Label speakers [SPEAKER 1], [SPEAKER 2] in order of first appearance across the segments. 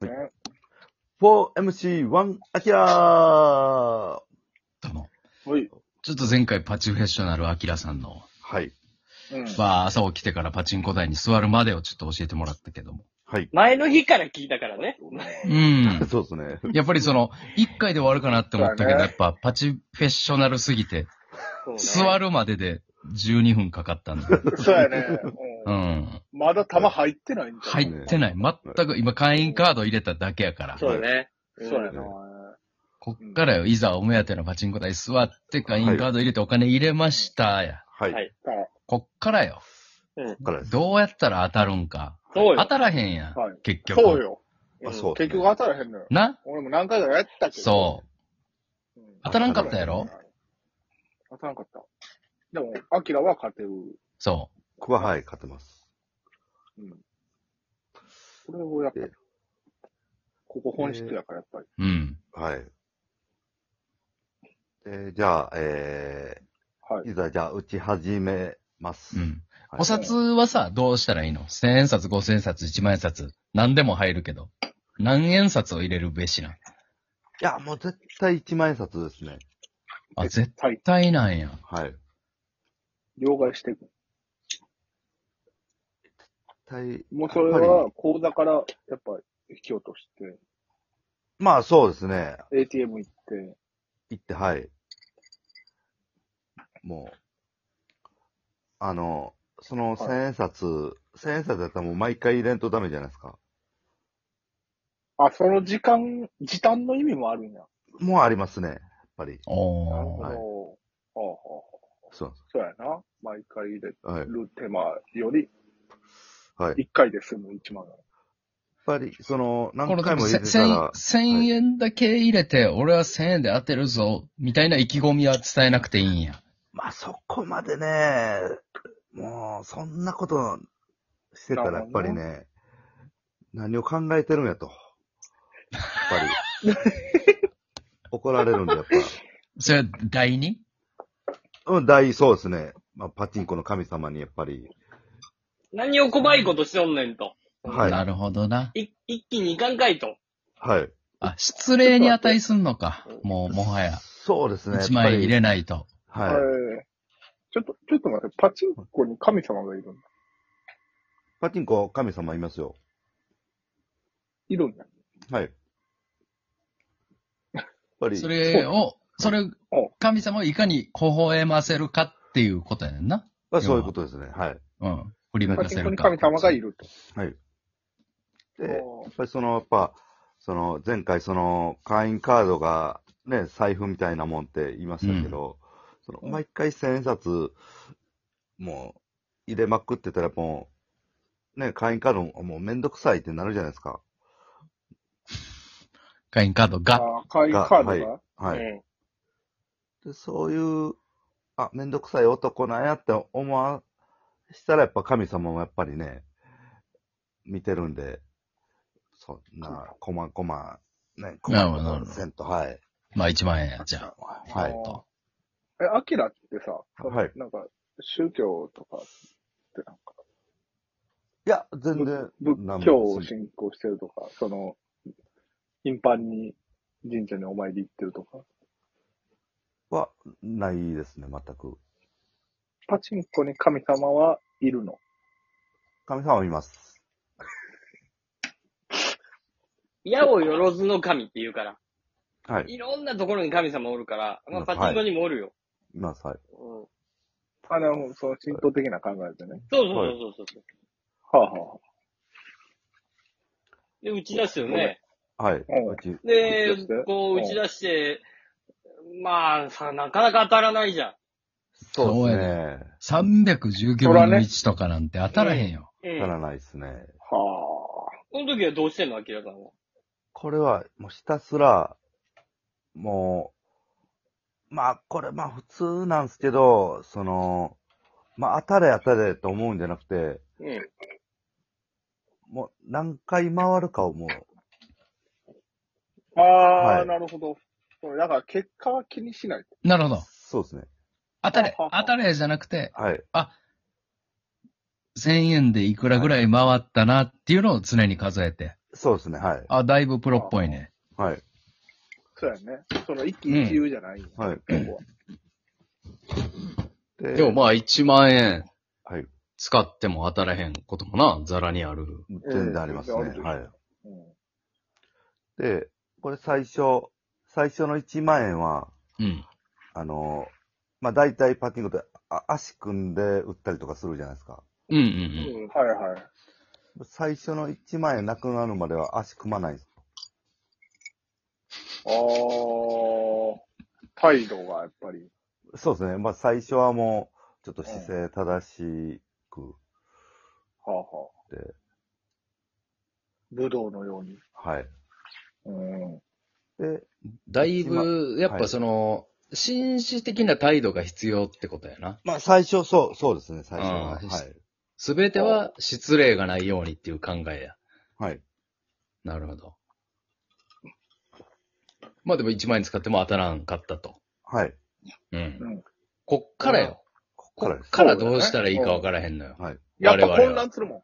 [SPEAKER 1] ね 4MC1、アキラー
[SPEAKER 2] どうも。
[SPEAKER 1] はい。
[SPEAKER 2] ちょっと前回パチフェッショナルアキラさんの、
[SPEAKER 1] はい。
[SPEAKER 3] うん
[SPEAKER 2] まあ朝起きてからパチンコ台に座るまでをちょっと教えてもらったけども。
[SPEAKER 1] はい。
[SPEAKER 3] 前の日から聞いたからね。
[SPEAKER 2] うん。
[SPEAKER 1] そうですね。
[SPEAKER 2] やっぱりその、一回で終わるかなって思ったけ
[SPEAKER 3] そう
[SPEAKER 2] ど、
[SPEAKER 3] だ
[SPEAKER 2] や
[SPEAKER 3] ね
[SPEAKER 2] っぱパチフェッショナルすぎて、
[SPEAKER 3] そうね
[SPEAKER 2] 座るまでで12分かかったんだ。
[SPEAKER 3] そうやね。
[SPEAKER 2] う
[SPEAKER 3] うん
[SPEAKER 2] ん。
[SPEAKER 3] まだ玉入ってないんだ。
[SPEAKER 2] 入ってない。全く今会員カード入れただけやから。
[SPEAKER 3] そうね。
[SPEAKER 1] うん
[SPEAKER 3] そうやな。
[SPEAKER 2] こっからよ、いざお目当てのパチンコ台座って会員カード入れてお金入れましたや。
[SPEAKER 1] はい。
[SPEAKER 3] はい。
[SPEAKER 2] こっからよ。
[SPEAKER 1] ここからです。
[SPEAKER 2] どうやったら当たるんか。
[SPEAKER 3] そう
[SPEAKER 2] 当
[SPEAKER 3] よ。
[SPEAKER 2] たらへんやん
[SPEAKER 3] はい。
[SPEAKER 2] 結局。
[SPEAKER 3] そうよ。
[SPEAKER 1] あ
[SPEAKER 3] うん
[SPEAKER 1] そうね
[SPEAKER 3] 結局当たらへんのよ。
[SPEAKER 2] な
[SPEAKER 3] 俺も何回かやったけど。
[SPEAKER 2] そう。
[SPEAKER 3] うん。
[SPEAKER 2] 当たらんかったやろ
[SPEAKER 3] 当たらんかった。でも、アキラは勝てる。
[SPEAKER 2] そ
[SPEAKER 1] 僕は、はい、勝ってます。
[SPEAKER 3] うん。これをやっぱり
[SPEAKER 1] え、
[SPEAKER 3] ここ本質やから、やっぱり。
[SPEAKER 2] う。うん。
[SPEAKER 1] はい。えーじゃあ、え
[SPEAKER 3] は
[SPEAKER 1] ー、
[SPEAKER 3] い。
[SPEAKER 1] いざ、じゃあ、打ち始めます。
[SPEAKER 2] うん。
[SPEAKER 1] はい
[SPEAKER 2] お札はさ、どうしたらいいの千円札、五千円札、一万円札。何でも入るけど。何円札を入れるべしなん。
[SPEAKER 1] いや、もう絶対一万円札ですね。
[SPEAKER 2] あ、絶
[SPEAKER 3] はい。
[SPEAKER 2] 対なんや。
[SPEAKER 1] はい。絶
[SPEAKER 3] 両替していく。
[SPEAKER 1] 対、
[SPEAKER 3] もうそれ
[SPEAKER 1] やっぱ
[SPEAKER 3] は、口座から、やっぱ、引き落として、
[SPEAKER 1] まあ、そうですね。
[SPEAKER 3] ATM 行って、
[SPEAKER 1] 行って、はい。もう、あの、その
[SPEAKER 3] はい
[SPEAKER 1] 千円札、千円札だったらもう毎回入れんとダメじゃないですか。
[SPEAKER 3] あ、その時間、時短の意味もあるんや。
[SPEAKER 1] もうありますね、やっぱり。
[SPEAKER 3] なる
[SPEAKER 2] お
[SPEAKER 3] ほど。
[SPEAKER 2] ー。
[SPEAKER 1] はい
[SPEAKER 3] ああああ
[SPEAKER 1] そうなんで
[SPEAKER 3] そうやな。毎回入れる
[SPEAKER 1] す。はい。
[SPEAKER 3] 手間より、
[SPEAKER 1] はい。やっ
[SPEAKER 3] 一回で済む一万円。
[SPEAKER 1] ぱり、その、
[SPEAKER 2] こ
[SPEAKER 1] 何
[SPEAKER 2] れ
[SPEAKER 1] 回
[SPEAKER 2] でも
[SPEAKER 1] も入れ
[SPEAKER 2] せ
[SPEAKER 1] てた
[SPEAKER 2] 千
[SPEAKER 1] ら、
[SPEAKER 2] 千円だけ入れて、俺は千円で当てるぞ。みたいな意気込みは伝えなくていいんや。
[SPEAKER 1] まあそこまでね、もう、そんなことしてたらやっぱりね、何を考えてるんやと。やっぱり。 怒られるんで、やっぱ。
[SPEAKER 2] それ、第二
[SPEAKER 1] うん、大、そうですね。まあ、パチンコの神様にやっぱり。
[SPEAKER 4] 何を細いことしとんねんと。
[SPEAKER 1] は。
[SPEAKER 2] ないるほどな。
[SPEAKER 4] い一気にいかんかいと。
[SPEAKER 1] はい。
[SPEAKER 2] あ、失礼に値すんのか。もう、もはや。
[SPEAKER 1] そうですね。
[SPEAKER 2] 一万円入
[SPEAKER 1] やっ
[SPEAKER 2] れないと。
[SPEAKER 1] ぱ
[SPEAKER 3] え
[SPEAKER 1] り。はい。
[SPEAKER 3] えちょっと、ちょっと待って、パチンコに神様がいるんだ。
[SPEAKER 1] パチンコ神様いますよ。
[SPEAKER 3] いるんだ。
[SPEAKER 1] はい。やっぱり、
[SPEAKER 2] それを、それ、神様をいかに微笑ませるかっていうことやねんな。
[SPEAKER 1] まあ、そういうことですね。はい。
[SPEAKER 2] うん。振り向
[SPEAKER 3] パ
[SPEAKER 2] か
[SPEAKER 3] チン
[SPEAKER 2] せ
[SPEAKER 3] コに
[SPEAKER 2] るか。
[SPEAKER 3] 神様がいると。
[SPEAKER 1] で、や
[SPEAKER 3] おー
[SPEAKER 1] っぱりその、やっぱ、その、前回その、会員カードが、ね、財布みたいなもんって言いましたけど、その、毎回千円札、もう、入れまくってたらもう、ね、会員カードももうめんどくさいってなるじゃないですか。
[SPEAKER 2] 会員カードが。
[SPEAKER 3] ああ、会員
[SPEAKER 1] が
[SPEAKER 3] カードが、
[SPEAKER 1] ははい。
[SPEAKER 4] うん
[SPEAKER 1] で、そういう、あ、めんどくさい男なんやって思わしたら、やっぱ神様もやっぱりね、見てるんで、そんな、こまこま、ね、こま
[SPEAKER 2] なるほどな
[SPEAKER 1] こ
[SPEAKER 2] るほ
[SPEAKER 1] ま
[SPEAKER 2] ど
[SPEAKER 1] せんと、はい。
[SPEAKER 2] まあ1万円や、じゃあ。
[SPEAKER 1] はい。
[SPEAKER 3] ああえ、アキラってさ、
[SPEAKER 1] はい
[SPEAKER 3] なんか、宗教とかってなんか、
[SPEAKER 1] いや、全然、
[SPEAKER 3] 仏教を信仰してるとか、その、頻繁に神社にお参り行ってるとか、
[SPEAKER 1] はないですね、全く。
[SPEAKER 3] パチンコに神様はいるの。
[SPEAKER 1] 神様を見ます。
[SPEAKER 4] 矢をよろずの神って言うから。
[SPEAKER 1] はい。
[SPEAKER 4] いろんなところに神様おるから。ま
[SPEAKER 1] う
[SPEAKER 4] あ、
[SPEAKER 1] ん
[SPEAKER 4] パチンコにもおるよ。
[SPEAKER 1] います、はい。
[SPEAKER 4] うん、
[SPEAKER 3] あの、その神道的な考えでね。
[SPEAKER 4] そうそうそうそうそう。
[SPEAKER 3] はあは
[SPEAKER 4] で、打ち出すよね。
[SPEAKER 1] はい。
[SPEAKER 3] うん
[SPEAKER 1] うち
[SPEAKER 4] で
[SPEAKER 3] 打ち出して、
[SPEAKER 4] こう打ち出して、まあ、さ、なかなか当たらないじゃん。
[SPEAKER 1] そうです
[SPEAKER 2] そう
[SPEAKER 1] ね。
[SPEAKER 2] 319分の1とかなんて当たらへんよ。
[SPEAKER 4] う
[SPEAKER 1] 足
[SPEAKER 4] ん。
[SPEAKER 1] らないですね。
[SPEAKER 3] あ。はあ。
[SPEAKER 4] この時はどうしてんのアキラさんは。
[SPEAKER 1] これは、もうひたすら、もう、まあ、これ、まあ、普通なんですけど、その、まあ、当たれ当たれと思うんじゃなくて、
[SPEAKER 4] うん。
[SPEAKER 1] もう、何回回るかをもう、
[SPEAKER 3] ああ、
[SPEAKER 1] はい
[SPEAKER 3] なるほど。そうだから結果は気にしない。
[SPEAKER 2] なるほど。
[SPEAKER 1] そうですね。
[SPEAKER 2] 当たれ、
[SPEAKER 3] はは
[SPEAKER 2] 当たれじゃなくて、
[SPEAKER 1] はい。
[SPEAKER 2] 1000円でいくらぐらい回ったなっていうのを常に数えて。
[SPEAKER 1] そうですね、はい。
[SPEAKER 2] あ、だいぶプロっぽいね。
[SPEAKER 1] はい。
[SPEAKER 3] そうやね。その一喜一憂じゃないんや、
[SPEAKER 1] はい。
[SPEAKER 3] ここは。
[SPEAKER 1] で
[SPEAKER 2] でもまあ1万円
[SPEAKER 1] はい。
[SPEAKER 2] 使っても当たらへんこともな、ザラにある。
[SPEAKER 1] 全然ありますね。
[SPEAKER 3] ええ全然あ
[SPEAKER 1] は
[SPEAKER 3] る
[SPEAKER 1] い。
[SPEAKER 3] うん
[SPEAKER 1] で、これ最初、最初の1万円は、
[SPEAKER 2] うん。
[SPEAKER 1] あの、まあ、大体パッティングってあ足組んで打ったりとかするじゃないですか。
[SPEAKER 2] うんうんうん。
[SPEAKER 4] うん。
[SPEAKER 3] はいはい。
[SPEAKER 1] 最初の1万円なくなるまでは足組まないんです。
[SPEAKER 3] あー、態度がやっぱり。
[SPEAKER 1] そうですね。まあ、最初はもう、ちょっと姿勢正しく、
[SPEAKER 3] はあはあ。
[SPEAKER 1] で
[SPEAKER 3] 武道のように。
[SPEAKER 1] はい。
[SPEAKER 3] うん。
[SPEAKER 1] で、
[SPEAKER 2] だいぶ、やっぱその、紳士的な態度が必要ってことやな。
[SPEAKER 1] まあ、最初、そう、そうですね、最初は。
[SPEAKER 2] あ
[SPEAKER 1] はい
[SPEAKER 2] ー。すべては失礼がないようにっていう考えや。
[SPEAKER 1] はい。
[SPEAKER 2] なるほど。まあでも1万円使っても当たらんかったと。
[SPEAKER 1] はい。
[SPEAKER 2] う
[SPEAKER 3] うんん。
[SPEAKER 2] こっからよ。
[SPEAKER 1] こっ
[SPEAKER 2] こ
[SPEAKER 1] から
[SPEAKER 2] っ
[SPEAKER 1] です。
[SPEAKER 2] からどうしたらいいか分からへんのよ。
[SPEAKER 1] はい。
[SPEAKER 3] やっぱ
[SPEAKER 2] 我々は
[SPEAKER 3] 混乱するもん。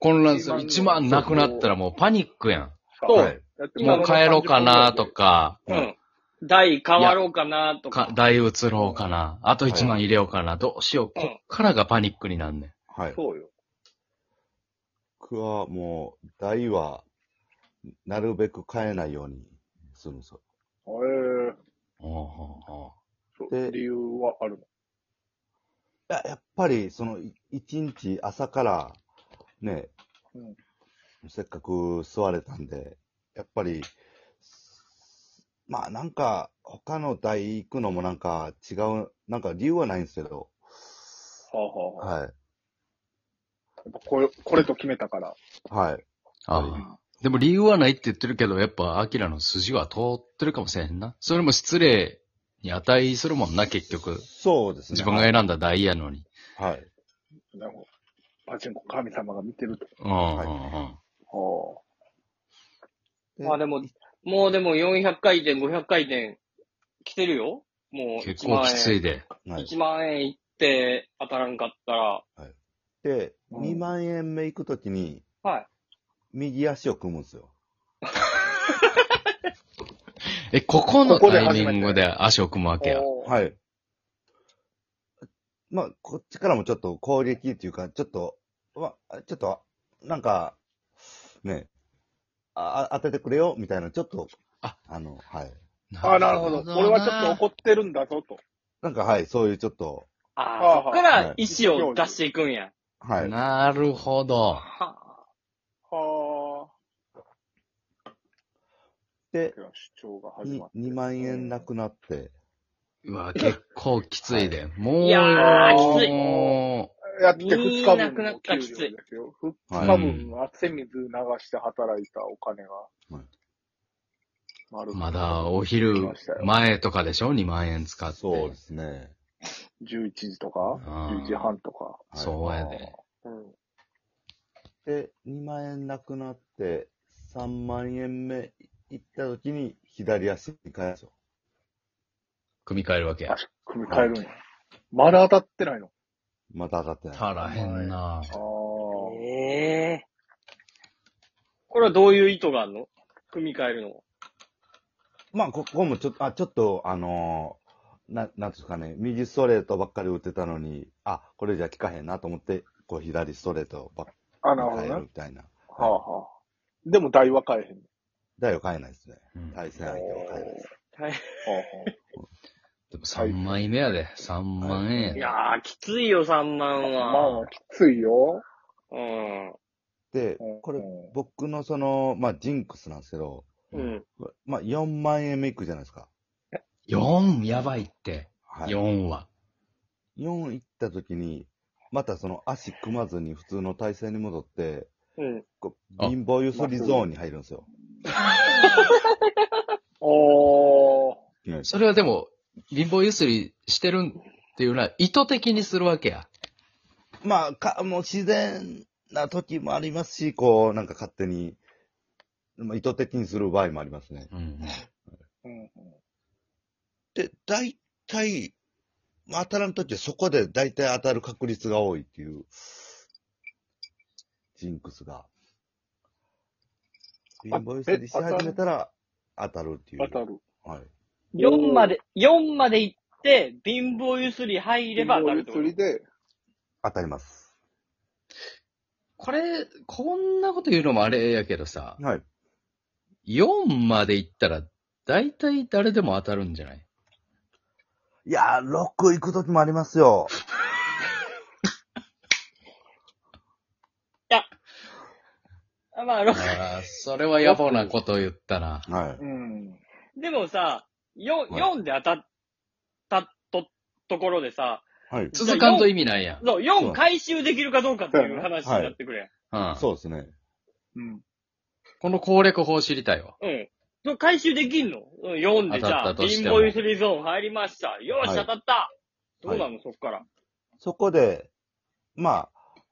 [SPEAKER 2] 混乱する。1
[SPEAKER 3] 1
[SPEAKER 2] 万
[SPEAKER 3] 万
[SPEAKER 2] なくなったらもうパニックやん。
[SPEAKER 4] そう
[SPEAKER 1] はい。
[SPEAKER 3] だって
[SPEAKER 2] もう帰ろうかなと。か、
[SPEAKER 4] う
[SPEAKER 1] うん
[SPEAKER 4] ん。台変わろうかなと
[SPEAKER 2] か
[SPEAKER 4] か。
[SPEAKER 2] 台移ろうかな、あと1万入れようかな、どうしよう。
[SPEAKER 4] うん
[SPEAKER 2] こっからがパニックになんねん。
[SPEAKER 1] はい。
[SPEAKER 3] そうよ。
[SPEAKER 1] 僕はもう、台は、なるべく変えないようにするんですよ。
[SPEAKER 3] えー
[SPEAKER 2] おうおうおう
[SPEAKER 3] そう
[SPEAKER 1] で
[SPEAKER 3] 理由はある
[SPEAKER 1] いや、やっぱり、その、い一日朝から、ね、
[SPEAKER 3] うん
[SPEAKER 1] せっかく座れたんで、やっぱり、まあなんか、他の台行くのもなんか違う、なんか理由はないんですけど、
[SPEAKER 3] の。はあはあは
[SPEAKER 1] は
[SPEAKER 3] あ。やっぱこれ、これと決めたから。
[SPEAKER 1] い、はい、
[SPEAKER 2] ああでも理由はないって言ってるけど、やっぱアキラの筋は通ってるかもしれへんな。それも失礼に値するもんな、結局。
[SPEAKER 1] そうですね。
[SPEAKER 2] 自分が選んだ台やのに。
[SPEAKER 1] はい、
[SPEAKER 3] なんかパチンコ神様が見てると。
[SPEAKER 2] うんうんうん。
[SPEAKER 3] は
[SPEAKER 1] で
[SPEAKER 4] まあでも、もうでも400回転、500回転来てるよ。もう
[SPEAKER 2] 結
[SPEAKER 4] 1
[SPEAKER 2] 構
[SPEAKER 4] 万
[SPEAKER 2] きつ
[SPEAKER 4] 円。
[SPEAKER 2] いで。
[SPEAKER 1] はい。
[SPEAKER 4] 1万円いって当たらんかったら、
[SPEAKER 1] で、
[SPEAKER 3] うん
[SPEAKER 1] 2万円目行くときに、
[SPEAKER 4] はい。
[SPEAKER 1] 右足を組むんですよ。
[SPEAKER 2] え、ここの
[SPEAKER 3] ここで
[SPEAKER 2] タ
[SPEAKER 3] 初め
[SPEAKER 2] イ
[SPEAKER 3] て
[SPEAKER 2] ミングで足を組むわけ
[SPEAKER 3] い。
[SPEAKER 2] や。
[SPEAKER 1] はい。まあ、こっちからもちょっと攻撃っていうか、ちょっと、まあ、ちょっと、なんか、ね、あ、あ当ててくれよ、みたいな、ちょっと、
[SPEAKER 2] あ、
[SPEAKER 1] あの、はい。
[SPEAKER 3] あ、なるほど。俺はちょっと怒ってるんだぞと。
[SPEAKER 1] なんか、はい、そういうちょっと、
[SPEAKER 4] ああ、そっから
[SPEAKER 1] は
[SPEAKER 4] 意思を出していくんや。
[SPEAKER 1] はい。
[SPEAKER 2] なるほど。
[SPEAKER 4] はあ
[SPEAKER 3] は
[SPEAKER 1] で
[SPEAKER 3] あ。、主張が始
[SPEAKER 1] に
[SPEAKER 3] まって。
[SPEAKER 1] 2万円なくなって、
[SPEAKER 2] うわ、結構きついで。もう、
[SPEAKER 4] いや
[SPEAKER 3] ーきつい
[SPEAKER 2] も
[SPEAKER 3] やって2日
[SPEAKER 4] みんな
[SPEAKER 3] 分
[SPEAKER 4] くな
[SPEAKER 3] の
[SPEAKER 4] った
[SPEAKER 3] 給料で
[SPEAKER 4] きつい
[SPEAKER 3] すよ。2
[SPEAKER 1] はい
[SPEAKER 3] 日分の汗水流して働いたお金が。
[SPEAKER 1] はい
[SPEAKER 3] 丸
[SPEAKER 2] まだお昼前とかでしょ ?2 万円使って。
[SPEAKER 1] そうですね。
[SPEAKER 3] 11時とか
[SPEAKER 2] あー
[SPEAKER 3] ?11 時半とか。
[SPEAKER 1] はい
[SPEAKER 2] そうやで。
[SPEAKER 3] うん。
[SPEAKER 1] で、2万円なくなって、3万円目行った時に、左足に返すよ。
[SPEAKER 2] 組み替えるわけや。
[SPEAKER 3] 足組み替えるんや。まだ当たってないの。
[SPEAKER 1] また上がってない。
[SPEAKER 2] たらへんな
[SPEAKER 3] ああ。
[SPEAKER 4] ええこれはどういう意図があるの組み替えるのは。
[SPEAKER 1] まあ、ここもちょっと、あ、ちょっと、あのーな、なんですかね、右ストレートばっかり打ってたのに、あ、これじゃ効かへんなと思って、こう、左ストレートばっ
[SPEAKER 3] あ、なる
[SPEAKER 1] か
[SPEAKER 3] ほ
[SPEAKER 1] り
[SPEAKER 3] ど
[SPEAKER 1] 変えるみ。
[SPEAKER 3] ね
[SPEAKER 1] たいな。
[SPEAKER 3] はあはあ。でも台は変えへん。
[SPEAKER 1] 台を変えないですね。
[SPEAKER 2] うん
[SPEAKER 1] 対戦相手を変えないです。
[SPEAKER 4] はい
[SPEAKER 2] でも3枚目やで。3万円
[SPEAKER 4] い
[SPEAKER 2] や。
[SPEAKER 4] やー、きついよ、3万
[SPEAKER 3] はあはあ
[SPEAKER 4] は。
[SPEAKER 3] まあ、きついよ。
[SPEAKER 4] うん。
[SPEAKER 1] で
[SPEAKER 3] うん、
[SPEAKER 1] これ
[SPEAKER 3] うん、
[SPEAKER 1] 僕のその、まあ、ジンクスなんですけど、
[SPEAKER 4] うん。
[SPEAKER 1] まあ、4万円目いくじゃないですか。
[SPEAKER 2] 4、やばいって。
[SPEAKER 1] はい。
[SPEAKER 2] 4は。
[SPEAKER 1] 4行った時に、またその足組まずに普通の体勢に戻って、
[SPEAKER 4] うん。
[SPEAKER 1] こう
[SPEAKER 2] あ
[SPEAKER 1] 貧乏ゆすりゾーンに入るんですよ。
[SPEAKER 3] おー。
[SPEAKER 1] ね
[SPEAKER 2] それはでも、貧乏ゆすりしてるっていうのは意図的にするわけや。
[SPEAKER 1] まあ、か、もう自然な時もありますし、こう、なんか勝手に、まあ、意図的にする場合もありますね。
[SPEAKER 2] うん。
[SPEAKER 3] うんうん
[SPEAKER 1] で、大体、まあ、当たらん時はそこで大体当たる確率が多いっていう、ジンクスが。インボイスでし始めたら当たるっていう。
[SPEAKER 3] 当たる。
[SPEAKER 1] はい。
[SPEAKER 4] 4まで、四まで行って、貧乏ゆすり入れば当たるってこと
[SPEAKER 3] 釣りで、
[SPEAKER 1] 当たります。
[SPEAKER 2] これ、こんなこと言うのもあれやけどさ、
[SPEAKER 1] はい。
[SPEAKER 2] 4まで行ったら、大体誰でも当たるんじゃない
[SPEAKER 1] いやー、6行くときもありますよ。
[SPEAKER 4] あまあ、ろ
[SPEAKER 2] ああ、それは野暮なこと言ったな。
[SPEAKER 1] は
[SPEAKER 3] うん。
[SPEAKER 4] でもさ、4、
[SPEAKER 1] はい
[SPEAKER 4] 4で当たったと、ところでさ、
[SPEAKER 1] い。はい。
[SPEAKER 2] 続かんと意味ないやん。
[SPEAKER 4] そう、4回収できるかどうかっていう話になってくれ。
[SPEAKER 2] うん。
[SPEAKER 1] そうですね。
[SPEAKER 3] うん。
[SPEAKER 2] この攻略法知りたいわ。
[SPEAKER 4] うん。それ回収できんのうん ?4 でじ
[SPEAKER 2] 当
[SPEAKER 4] ゃ
[SPEAKER 2] た
[SPEAKER 4] あ、
[SPEAKER 2] ったとして
[SPEAKER 4] 貧
[SPEAKER 2] も
[SPEAKER 4] 乏ゆすりゾーン入りました。よ
[SPEAKER 1] は
[SPEAKER 4] ーし、
[SPEAKER 1] い
[SPEAKER 4] 当たった、どうなのそっから。
[SPEAKER 1] そこで、まあ、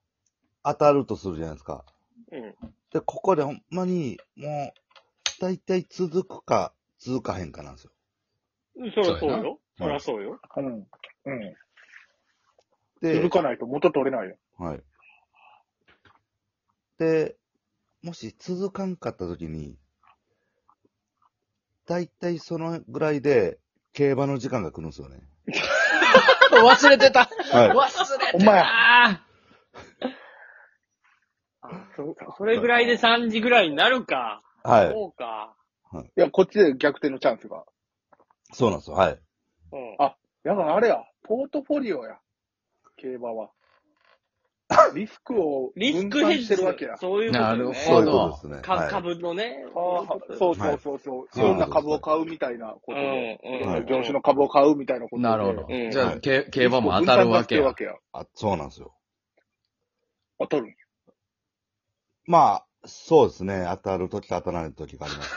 [SPEAKER 1] 当たるとするじゃないですか。
[SPEAKER 4] うん。
[SPEAKER 1] で、ここでほんまに、もう、大体続くか、続かへんかなんですよ。
[SPEAKER 4] そりゃそう
[SPEAKER 2] そうやな
[SPEAKER 4] よ。そりゃそうよ。
[SPEAKER 3] うん。うん。
[SPEAKER 1] で、
[SPEAKER 3] 続かないと元取れないよ。
[SPEAKER 1] はい。で、もし続かんかったときに、大体そのぐらいで、競馬の時間が来るんですよね。
[SPEAKER 2] 忘れてた
[SPEAKER 1] はい
[SPEAKER 2] 忘れ
[SPEAKER 3] お前
[SPEAKER 2] あ
[SPEAKER 3] あそうか
[SPEAKER 4] それぐらいで3時ぐらいになるか。
[SPEAKER 1] はい。
[SPEAKER 4] そうか。
[SPEAKER 3] いや、こっちで逆転のチャンスが。
[SPEAKER 1] そうなんですよ。はい。
[SPEAKER 4] うん。
[SPEAKER 3] あだからあれや、ポートフォリオや。競馬 は。リスクを
[SPEAKER 4] リス
[SPEAKER 3] 分
[SPEAKER 4] ク
[SPEAKER 3] 散
[SPEAKER 4] ヘッ
[SPEAKER 3] し
[SPEAKER 4] ジ
[SPEAKER 3] てるわけや。
[SPEAKER 4] そういうことだよね。
[SPEAKER 2] なる
[SPEAKER 1] そ
[SPEAKER 2] ほ
[SPEAKER 1] ういう
[SPEAKER 2] ど
[SPEAKER 1] ことですね。
[SPEAKER 4] か
[SPEAKER 1] はい
[SPEAKER 4] 株のね。
[SPEAKER 3] ああ、そうそうそうそう。い
[SPEAKER 1] はい
[SPEAKER 3] ろんな株を買うみたいなこと
[SPEAKER 4] うん
[SPEAKER 3] で。
[SPEAKER 4] うん。
[SPEAKER 1] はい
[SPEAKER 3] 業種の株を買うみたいなこと
[SPEAKER 2] ー
[SPEAKER 3] で。
[SPEAKER 2] なるほど
[SPEAKER 4] う。ん
[SPEAKER 2] じゃ
[SPEAKER 1] は
[SPEAKER 2] あ、
[SPEAKER 1] い
[SPEAKER 2] け競馬も当たるわけ
[SPEAKER 3] リスクを分散させてる
[SPEAKER 2] や
[SPEAKER 3] わ。けや。
[SPEAKER 1] あそうなんですよ。
[SPEAKER 3] 当たるんや
[SPEAKER 1] まあ、そうですね。当たるときと当たらないときがありますね。